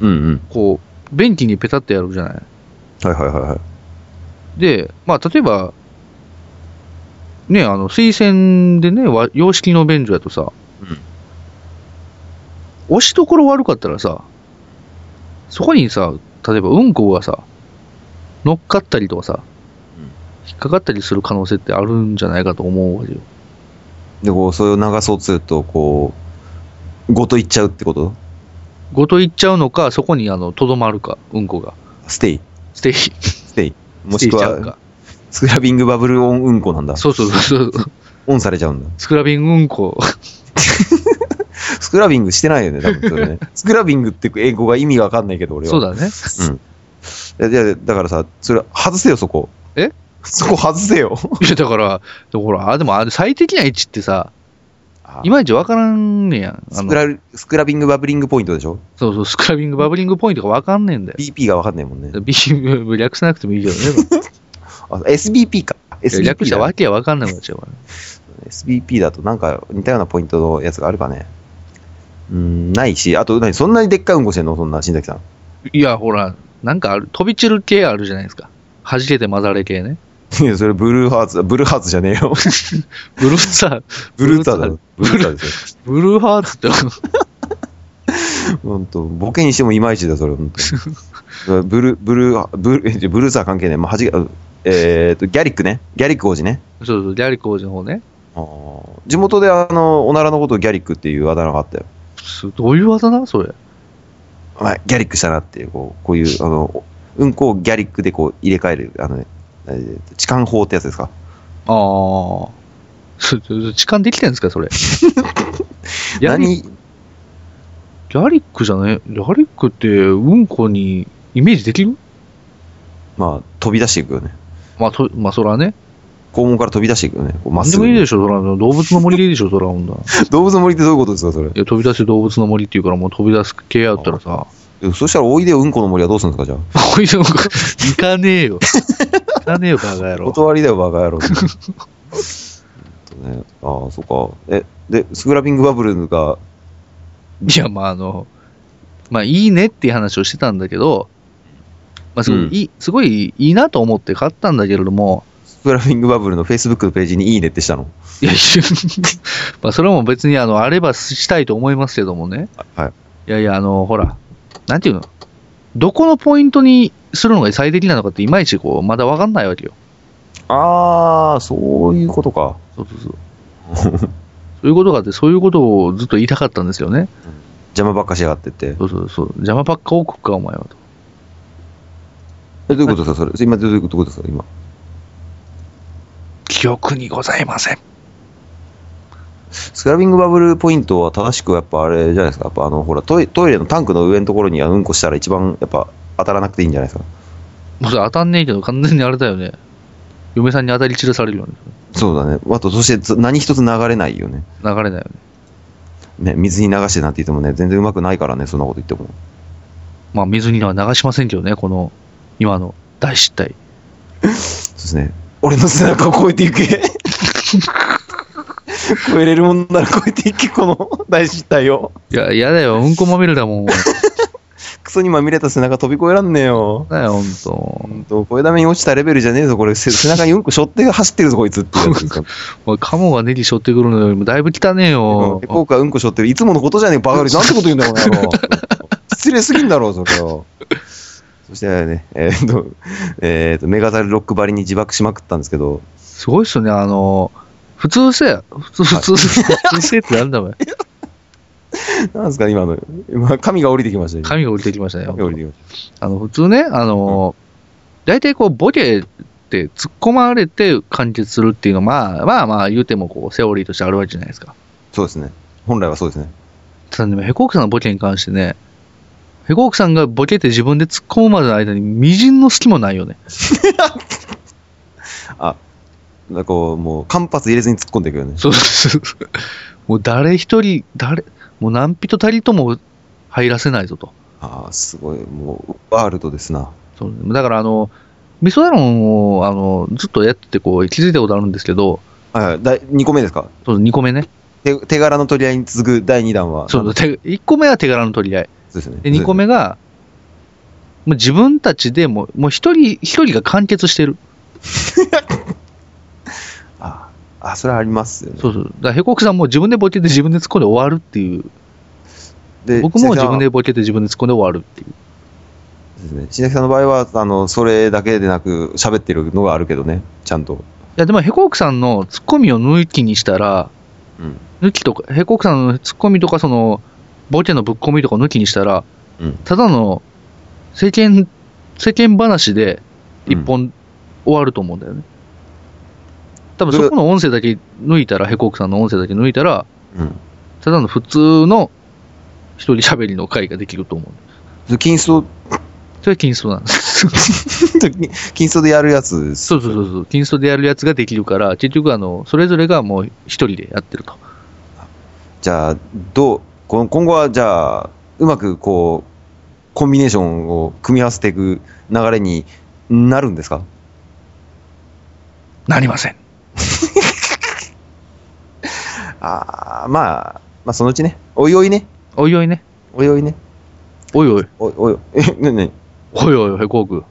Speaker 2: うんうん。
Speaker 1: こう、便器にペタってやるじゃない。
Speaker 2: はいはいはいはい。
Speaker 1: で、まあ、例えば、ね、あの、推薦でね、わ洋式の便所やとさ、
Speaker 2: うん
Speaker 1: 押しどころ悪かったらさ、そこにさ、例えばうんこがさ、乗っかったりとかさ、引っかかったりする可能性ってあるんじゃないかと思うわけよ。
Speaker 2: で、こう、それを流そうとすると、こう、ごといっちゃうってこと
Speaker 1: ごと行っちゃうのか、そこにあの、とどまるか、うんこが。
Speaker 2: ステイ。
Speaker 1: ステイ、ス
Speaker 2: ステイ。も
Speaker 1: テ
Speaker 2: し
Speaker 1: イ
Speaker 2: く
Speaker 1: しちゃう
Speaker 2: は、
Speaker 1: か。
Speaker 2: スクラビングバブルオンうんこなんだ。
Speaker 1: そうそうそうそう。
Speaker 2: オンされちゃうんだ。
Speaker 1: スクラビングうんこ。
Speaker 2: スクラビングしてないよね、多分それ ね。スクラビングって英語が意味わかんないけど、俺は。
Speaker 1: そうだね。
Speaker 2: うん。いや、いやだからさ、それ、外せよ、そこ。
Speaker 1: え
Speaker 2: そこ外せよ。
Speaker 1: いや、だから、ほら、あでもあれ最適な位置ってさ、いまいちわからんねやん。あ
Speaker 2: スク
Speaker 1: の
Speaker 2: ラ、スクラビングバブリングポイントでしょ
Speaker 1: そうそう、スクラビング、バブリングポイントがわかんねえんだよ。
Speaker 2: ?BP がわかんないもんね。
Speaker 1: ビーム略さなくてもいいけどね。
Speaker 2: あ、SBP か。
Speaker 1: い や略
Speaker 2: SBP
Speaker 1: した
Speaker 2: だ
Speaker 1: わけはわかんないもんちゃうから
Speaker 2: SBP だとなんか似たようなポイントのやつがあるかね。うん、ないし、あと、何そんなにでっかいうんこしてんのそんな、新崎さん。
Speaker 1: いや、ほら、なんかある、飛び散る系あるじゃないですか。弾けて混ざれ系ね。
Speaker 2: いや、それブルーハーツ、ブルーハーツじゃねえよ。
Speaker 1: ブルーさ、
Speaker 2: ブルーターだろ。ブルーターです
Speaker 1: ブルーハーツって、
Speaker 2: よ。ほんと、ボケにしてもいまいちだよ、それ、ほん と。ブル、ブルー、ブルー、ブルーター関係ねえ。まあ、はじ、あえーっと、ギャリックね。ギャリック王子ね。
Speaker 1: そうそう、ギャリコージの方ね。
Speaker 2: あー地元であの、おならのことをギャリックっていうあだ名があったよ。
Speaker 1: すどういう技なそれ。
Speaker 2: お前、ギャリックしたなっていう、こう、こういう、あの、うんこをギャリックでこう入れ替える、あのね、えーと痴漢法ってやつですか。
Speaker 1: ああ。そそ痴漢できてんですか、 それ。ギャリ
Speaker 2: 何
Speaker 1: ギャリックじゃねギャリックって、うんこにイメージできる
Speaker 2: まあ、飛び出していくよね。
Speaker 1: まあ、とまあ、そらね。
Speaker 2: 肛門から飛び出していくよね。こうまっ
Speaker 1: なん
Speaker 2: す
Speaker 1: で
Speaker 2: ぐ
Speaker 1: もいい
Speaker 2: に。
Speaker 1: でしょ、そら。動物の森でいいでしょ、そら、ほんなら。
Speaker 2: 動物の森ってどういうことですか、それ。
Speaker 1: いや、飛び出せ動物の森っていうから、もう飛び出す系やったらさ、
Speaker 2: えそしたら、おいでよ、うんこの森はどうするんですか、じゃ
Speaker 1: こういうのが、行かねえよ。行かねえよ、バカ野
Speaker 2: あ。
Speaker 1: 郎。
Speaker 2: 断りだよ、バカ野郎。ほんとね、ああ、そっか。え、で、スクラビングバブルが、
Speaker 1: いや、まあ、あの、まあ、いいねっていう話をしてたんだけど、まあ、すごい、
Speaker 2: うん
Speaker 1: いいすごいいいなと思って買ったんだけれども、
Speaker 2: スクラビングバブルの Facebook のページにいいねってしたの。
Speaker 1: いや、いや まあ、それはもう別に、あの、あればしたいと思いますけどもね。
Speaker 2: はい。
Speaker 1: いやいや、あの、ほら、なんていうのどこのポイントにするのが最適なのかって、いまいちこう、まだわかんないわけよ。
Speaker 2: ああ、そういうことか。
Speaker 1: そうそうそう。 そういうことがあって、そういうことをずっと言いたかったんですよね。
Speaker 2: 邪魔ばっかしやがってって。
Speaker 1: そうそうそう。邪魔ばっか多くか、お前はと。
Speaker 2: え、どういうことですか、それ。今、どういうことですか、今。
Speaker 1: 記憶にございません。
Speaker 2: スクラビングバブルポイントは正しくやっぱあれじゃないですか。やっぱあの、ほら、トイトイレのタンクの上のところにあのうんこしたら一番やっぱ当たらなくていいんじゃないですか。
Speaker 1: もうそれ当たんねえけど、完全にあれだよね。嫁さんに当たり散らされるよね。
Speaker 2: そうだね。あと、そしてず何一つ流れないよね。
Speaker 1: 流れないよね。
Speaker 2: ね、水に流してなんて言ってもね、全然うまくないからね、そんなこと言っても。
Speaker 1: まあ、水には流しませんけどね、この、今の大失態。
Speaker 2: そうですね。俺の背中を越えていけ。 越えれるもんなら越えていけ、この大失態を。
Speaker 1: いや、嫌だよ。うんこまみれだもん。
Speaker 2: クソにまみれた背中飛び越えらんねえよ。
Speaker 1: だよ、ほん
Speaker 2: ほ
Speaker 1: と。
Speaker 2: んと、声だめに落ちたレベルじゃねえぞ、これ。せ背中にうんこ背負って走ってるぞ、こいつっていうやつですか。
Speaker 1: おいカモがネギ背負ってくるのよりもだいぶ汚ねえよ
Speaker 2: うん。効果うんこしょってる。いつものことじゃねえ、バカリ。なんてこと言うんだ、この野 郎。失礼すぎんだろ、それを。そしてね、えーっと、えーっと、メガザルロックばりに自爆しまくったんですけど、
Speaker 1: すごいっすよね、あの、普通せや。普通、普通、普通せってなんだお前。
Speaker 2: なんですか、今の。今、神が降りてきましたよ。
Speaker 1: 髪が降りてきましたね。
Speaker 2: 神が降りてきまし
Speaker 1: あの、普通ね、あの、大体こう、ボケって突っ込まれて完結するっていうのは、まあまあまあ言うてもこう、セオリーとしてあるわけじゃないですか。
Speaker 2: た。そうですね。本来はそうですね。
Speaker 1: ただね、ヘコクさんのボケに関してね、ヘコークさんがボケて自分で突っ込むまでの間に、微塵の隙もないよね。
Speaker 2: あ、なんかこう、もう、間髪入れずに突っ込んでいくよね。
Speaker 1: そうそうそう。もう誰一人、誰、もう何人たりとも入らせないぞと。
Speaker 2: ああ、すごい、もう、ワールドですな。
Speaker 1: そうだから、あの、味噌だろんを、あの、ずっとやってて、こう、気づいたことあるんですけど、
Speaker 2: はいはい、だい2個目ですか
Speaker 1: そう2個目ね。
Speaker 2: 手手柄の取り合いに続く第2弾は、
Speaker 1: そう
Speaker 2: なんだ
Speaker 1: て1個目は手柄の取り合い。
Speaker 2: そうですね。
Speaker 1: で、2個目が、もう自分たちでもう、もう一人、一人が完結してる。
Speaker 2: ああ、それはありますよね。
Speaker 1: そうそう。だから、ヘコクさんも自分でボケて自分で突っ込んで終わるっていう。
Speaker 2: で
Speaker 1: 僕も自分。で
Speaker 2: 篠
Speaker 1: ボケて自分で突っ込んで終わるっていう。
Speaker 2: 崎さんそうですね篠崎さんの場合は、あの、それだけでなく、喋ってるのがあるけどね、ちゃんと。
Speaker 1: いや、でも、ヘコクさんの突っ込みを抜きにしたら、
Speaker 2: うん。
Speaker 1: 抜きとか、ヘコクさんの突っ込みとか、その、ボケのぶっ込みとか抜きにしたら、
Speaker 2: うん。
Speaker 1: ただの世間、世間話で一本終わると思うんだよね。多分そこの音声だけ抜いたら、ヘコークさんの音声だけ抜いたら、
Speaker 2: うん。
Speaker 1: ただの普通の一人喋りの回ができると思う。
Speaker 2: それ金 層、
Speaker 1: それ金ストなんです。
Speaker 2: 金層でやるやつです。
Speaker 1: そうそうそうそう。金ストでやるやつができるから、結局あの、それぞれがもう一人でやってると。
Speaker 2: じゃあ、どう、この今後はじゃあ、うまくこう、コンビネーションを組み合わせていく流れになるんですか
Speaker 1: なりません。
Speaker 2: ああ、まあ、まあそのうちね、おいおいね、
Speaker 1: おいおいね。
Speaker 2: おいおいね、
Speaker 1: おいおい。
Speaker 2: おいおい、え、なになに
Speaker 1: おいおい、ヘコーク。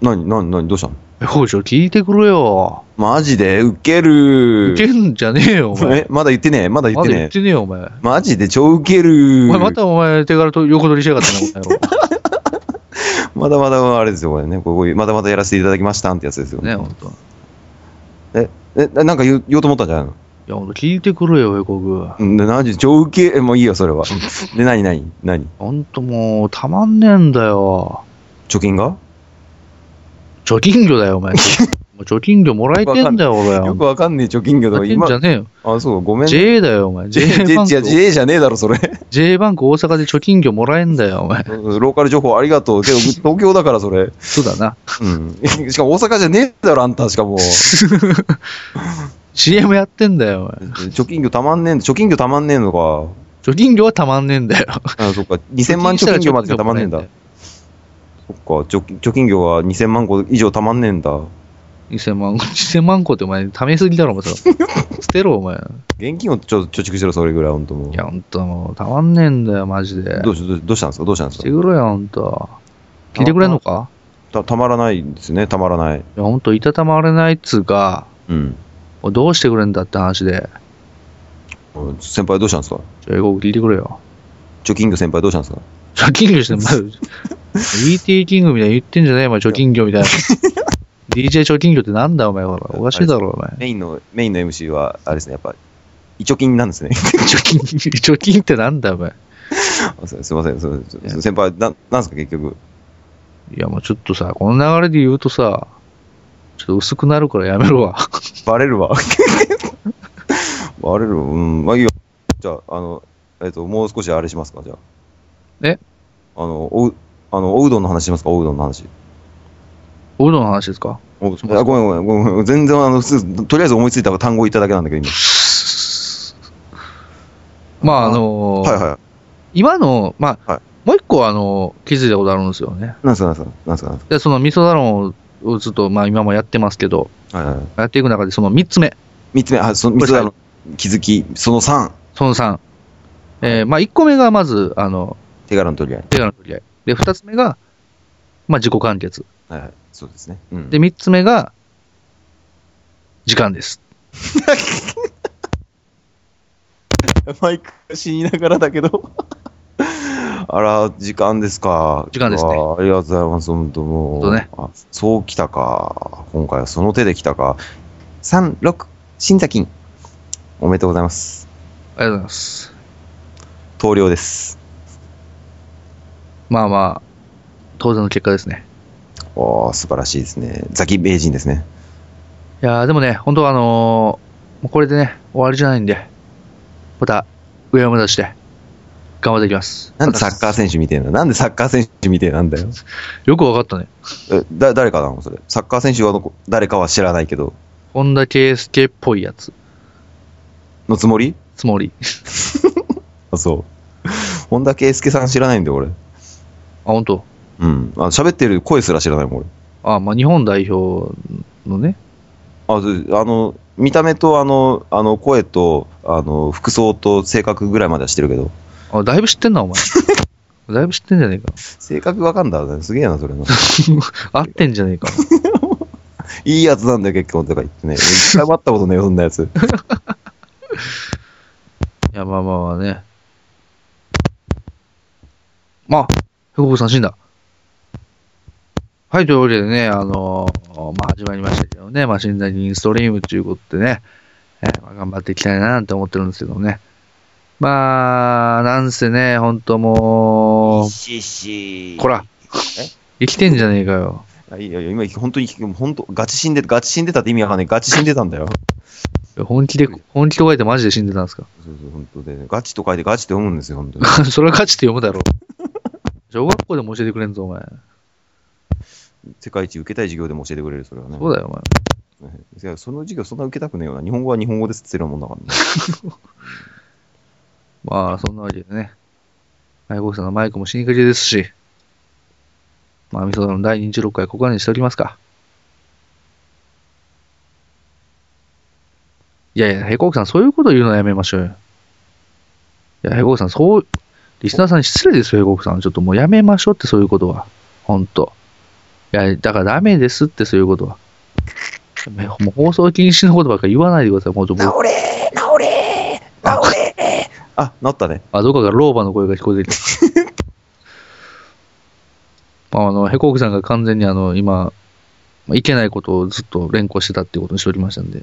Speaker 2: なになになにどうしたの
Speaker 1: ヘコークちょ聞いてくれよ。
Speaker 2: マジでウケる
Speaker 1: いけんじゃねえよ、お前。
Speaker 2: え、まだ言ってねえ、まだ言
Speaker 1: ま
Speaker 2: って
Speaker 1: だ
Speaker 2: ね
Speaker 1: 言っ
Speaker 2: え。
Speaker 1: てねえよ、お前。
Speaker 2: マジで超ウケる
Speaker 1: お前またお前手柄と横取りしやがったな、この野
Speaker 2: まだまだあれですよ、これね。こうこういうまだまだやらせていただきましたってやつですよ。
Speaker 1: 郎。ね、 ほんと。い
Speaker 2: え、え、ななんか言う言おうと思ったんじゃないの
Speaker 1: や、ほんと、聞いてくれよ、ヘコグ。
Speaker 2: うんで、マジで超ウケ、えもういいよ、それは。で、なになになに
Speaker 1: ほんともう、たまんねえんだよ。
Speaker 2: 貯金が
Speaker 1: 貯金魚だよ、お前。 もう貯金魚もらえてんだよ、俺。
Speaker 2: よ
Speaker 1: よ
Speaker 2: くわかんねえ貯金魚
Speaker 1: く
Speaker 2: だ
Speaker 1: わ
Speaker 2: わ
Speaker 1: けん
Speaker 2: 今
Speaker 1: じゃ。ねえよ。
Speaker 2: あ、そう、ごめん。
Speaker 1: JA だよ、お前。
Speaker 2: J、
Speaker 1: JA バン
Speaker 2: J、
Speaker 1: ク。
Speaker 2: J じゃねえだろ、 それ。
Speaker 1: JA バンク大阪で貯金魚もらえんだよ、お 前。
Speaker 2: ローカル情報ありがとう。けど、東京だから、それ。
Speaker 1: そうだ な。
Speaker 2: うん。しかも大阪じゃねえだろ、あんた、しかも。
Speaker 1: CM やってんだよ、お前。
Speaker 2: 貯金魚たまんねえん、貯金魚たまんねえのか。
Speaker 1: 貯金魚はたまんねえんだよ。
Speaker 2: あ、そっか。2000万貯金魚までしかたまんねえんだ。そっか。貯金貯金魚は2000万個以上たまんねえんだ。
Speaker 1: 2000万、1000万個って お前、貯めすぎだろ、お前。そ れ捨てろ、お前。
Speaker 2: 現金をちょ貯蓄しろ、それぐらい、ほんともう
Speaker 1: いや、ほんともう、たまんねえんだよ、マジで。
Speaker 2: どうしどうしどうしたんですかどうしたんで
Speaker 1: し
Speaker 2: す
Speaker 1: て
Speaker 2: か
Speaker 1: くれよ、ほんと。聞いてくれんのか
Speaker 2: たたまらないですね、たまらない。
Speaker 1: いや、ほんと、いたたまれないっつうか、
Speaker 2: うん。
Speaker 1: もうどうしてくれんだって話で。
Speaker 2: うん先輩どうしたんですか
Speaker 1: じゃあ、英語聞いてくれよ。
Speaker 2: 貯金魚先輩どうしたんですか
Speaker 1: 貯金魚して、まず、ET キングみたいに言ってんじゃねえよ、お前、貯金魚み たいな。DJ 貯金魚ってなんだ、お前、ほら。おかしいだろ、お前。
Speaker 2: メインの、メインの MC は、あれですね、やっぱ、胃 貯金なんですね。
Speaker 1: 貯金、貯金ってなんだ、お前。
Speaker 2: あすすいません、そうそう先輩、ななんですか、結局。
Speaker 1: いや、もうちょっとさ、この流れで言うとさ、ちょっと薄くなるからやめろわ。
Speaker 2: バレるわ。バレるわ。うん、まあいいよ。じゃあ、あの、えっと、もう少しあれしますか、じゃあ。
Speaker 1: え
Speaker 2: あの、おう、あの、おうどんの話しますか、おうどんの話。
Speaker 1: おうどんの話ですか
Speaker 2: おあごめんごめん、ごめんごめん。全然、あの、普通、とりあえず思いついた単語言っただけなんだけど、
Speaker 1: まあ、あの
Speaker 2: 今。はいはい。
Speaker 1: 今の、まあ、
Speaker 2: はい
Speaker 1: もう一個、あの、気づいたことあるんですよね。
Speaker 2: なんすか、なんすか、なんすか、なんす
Speaker 1: で、その味噌サロンをずっと、まあ、今もやってますけど、
Speaker 2: か。はいはい。
Speaker 1: やっていく中で、その3つ目、
Speaker 2: 三つ目、あ、その、
Speaker 1: こ
Speaker 2: 三
Speaker 1: れ
Speaker 2: つ目の気づき、その三、
Speaker 1: その3。えーまあ、1個目がまず、あの、
Speaker 2: 手柄の取り合い。
Speaker 1: 手柄の取り合い。で、2つ目が、まあ、自己完結。
Speaker 2: はいはい。そうですね。うん。
Speaker 1: で、3つ目が、時間です。
Speaker 2: マイク死にながらだけど。 あら、時間ですか。
Speaker 1: 時間ですね
Speaker 2: うわありがとうございます、本当も
Speaker 1: 本
Speaker 2: う。
Speaker 1: 当ね
Speaker 2: あそうきたか。今回はその手できたか。三、六、新座金。おめでとうございます。
Speaker 1: ありがとうございます。
Speaker 2: 投了です。
Speaker 1: まあまあ、当然の結果ですね。
Speaker 2: おー、素晴らしいですね。ザキ名人ですね。
Speaker 1: いやーでもね、本当はあのーもうこれでね、終わりじゃないんで、また、上を目指して、頑張っていきます。
Speaker 2: なんでサッカー選手みてえな。なんでサッカー選手みてえなんだよ。
Speaker 1: よくわかったね。
Speaker 2: えだ、誰かなのそれ。サッカー選手はどこ誰かは知らないけど。
Speaker 1: 本田圭佑っぽいやつ。
Speaker 2: のつもり
Speaker 1: つもり。
Speaker 2: あ、そう。本田圭佑さん知らないんだよ、俺。
Speaker 1: あ、本当。
Speaker 2: うん。あ喋ってる声すら知らないもん、
Speaker 1: あ、まあ、日本代表のね。
Speaker 2: 俺。あそう、あの、見た目と、あの、あの、声と、あの、服装と性格ぐらいまでは知ってるけど。
Speaker 1: あ、だいぶ知ってんな、お前。 だいぶ知ってんじゃね
Speaker 2: 性格わかんだね。すげえな、それの。
Speaker 1: えか。 合ってんじゃねえか。
Speaker 2: いいやつなんだよ、結構とか言ってね。一回も会ったことねえよ、そんなやつ。
Speaker 1: いや、まあまあまあね。まあ、ヘコクさん死んだ。はい、というわけでね、あのーまあ始まりましたけどね、まあ死んだインストリームということでね、えーまあ頑張っていきたいななんて思ってるんですけどね。まあ、なんせね、ほんとも
Speaker 2: しし
Speaker 1: う、こら、生きてんじゃねえかよ。
Speaker 2: あいいよ、いいよ今、本当に、本当、ガチ死んで、ガチ死んでたって意味わかんない。ガチ死んでたんだよ。
Speaker 1: 本気で、本気と書いてマジで死んでたんですか
Speaker 2: そうそう、本当で、ガチと書いてガチって思うんですよ、本当に。
Speaker 1: それは価値って読むだろ。小学校でも教えてくれんぞ、お前。
Speaker 2: 世界一受けたい授業でも教えてくれる、それはね。
Speaker 1: そうだよ、お前。
Speaker 2: いやその授業そんな受けたくねえよな。日本語は日本語ですって言ってるもんだからね。
Speaker 1: まあ、そんなわけでね。マイコさんのマイクも死にかけですし、まあ、みその第26回ここまでにしておきますか。いやいや、ヘコークさん、そういうこと言うのはやめましょうよ。いや、ヘコークさん、そう、リスナーさんに失礼ですよ、ヘコークさん。ちょっともうやめましょうって、そういうことは。ほんと。いや、だからダメですって、そういうことは。もう放送禁止のことばっか言わないでください、もうちょっと。
Speaker 2: 治れー治れー治れーあ、治ったね。
Speaker 1: あ、どこかから老婆の声が聞こえてきた。まあ、あの、ヘコークさんが完全にあの、今、まあいけないことをずっと連行してたってことにしておりましたんで。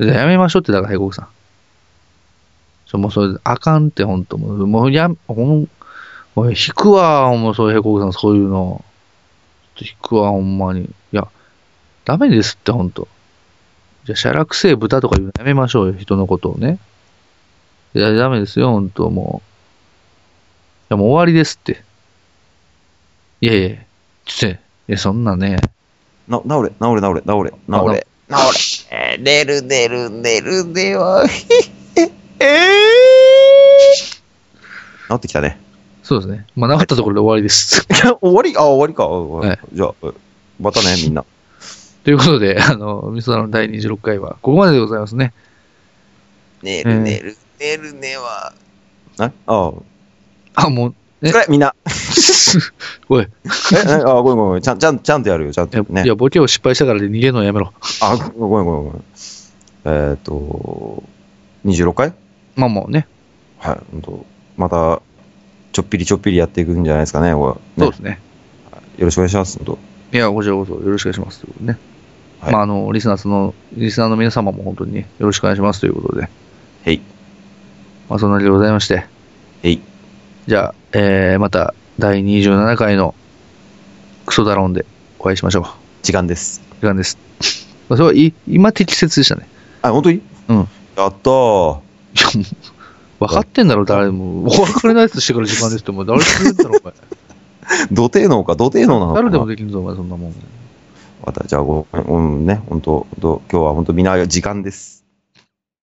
Speaker 1: じゃあやめましょうって、だからヘコークさん。ちょ、もうそれ、あかんって、ほんと。もう、もうや、ほん、もう引くわ、もう、そういうヘコークさん、そういうの。ちょっと引くわ、ほんまに。いや、ダメですって、ほんと。じゃあ、シャラクセ豚とか言うのやめましょうよ、人のことをね。いや、ダメですよ、ほんと、もう。いや、もう終わりですって。いやいや、ちょっとね、いや、そんなね。
Speaker 2: な治れ、治れ、治れ、治れ、治れ。治れ。寝る、寝る、寝る、寝よ。ええ治ってきたね。
Speaker 1: そうですね。まあ、なかったところで終わりです。
Speaker 2: 終わりあ、終わりか。終わ
Speaker 1: は
Speaker 2: りじゃあ、えまた ね、みんな。
Speaker 1: ということで、あの、ミソラの第26回は、ここまででございますね。
Speaker 2: 寝
Speaker 1: る寝
Speaker 2: る、寝る、寝は。えああ。
Speaker 1: あ、もう、 え
Speaker 2: これ、みんな。
Speaker 1: おい、
Speaker 2: え、えあ、ごめんごめんごめん。ちゃん、ちゃん、ちゃんとやるよ、ちゃん
Speaker 1: いや
Speaker 2: と。ね
Speaker 1: い。や、ボケを失敗したからで逃げるのはやめろ。
Speaker 2: あ、ごめんごめんごめん。えっ、と、26回
Speaker 1: まあもうね、
Speaker 2: はい、ほんと。また、ちょっぴりちょっぴりやっていくんじゃないですかね。これ
Speaker 1: そう
Speaker 2: ね
Speaker 1: ですね。
Speaker 2: よろしくお願いします、ほんと。
Speaker 1: いや、こちらこそよろしくお願いします。ということでね。
Speaker 2: はい
Speaker 1: まあ、あの、リスナーその、リスナーの皆様も本当にねよろしくお願いしますということで。
Speaker 2: へい、
Speaker 1: まあ、そんなわけでございまして。
Speaker 2: へい。
Speaker 1: じゃあ、えー、また第27回のクソダロンでお会いしましょう。
Speaker 2: 時間です。
Speaker 1: 時間です。 まあ、それはい、今適切でしたね。
Speaker 2: あ、本当に
Speaker 1: うん。
Speaker 2: やったー。
Speaker 1: いや、もう、分かってんだろ、誰 も。お別れのやつしてから時間ですって、もう誰でも言うんだ ろ、お前。
Speaker 2: 土手能か、土手能なのか
Speaker 1: 誰
Speaker 2: な。
Speaker 1: でもできるぞ、お前、そんなもん。
Speaker 2: また、じゃあご、うん、ね、本当本当今日は本当みんな時間です。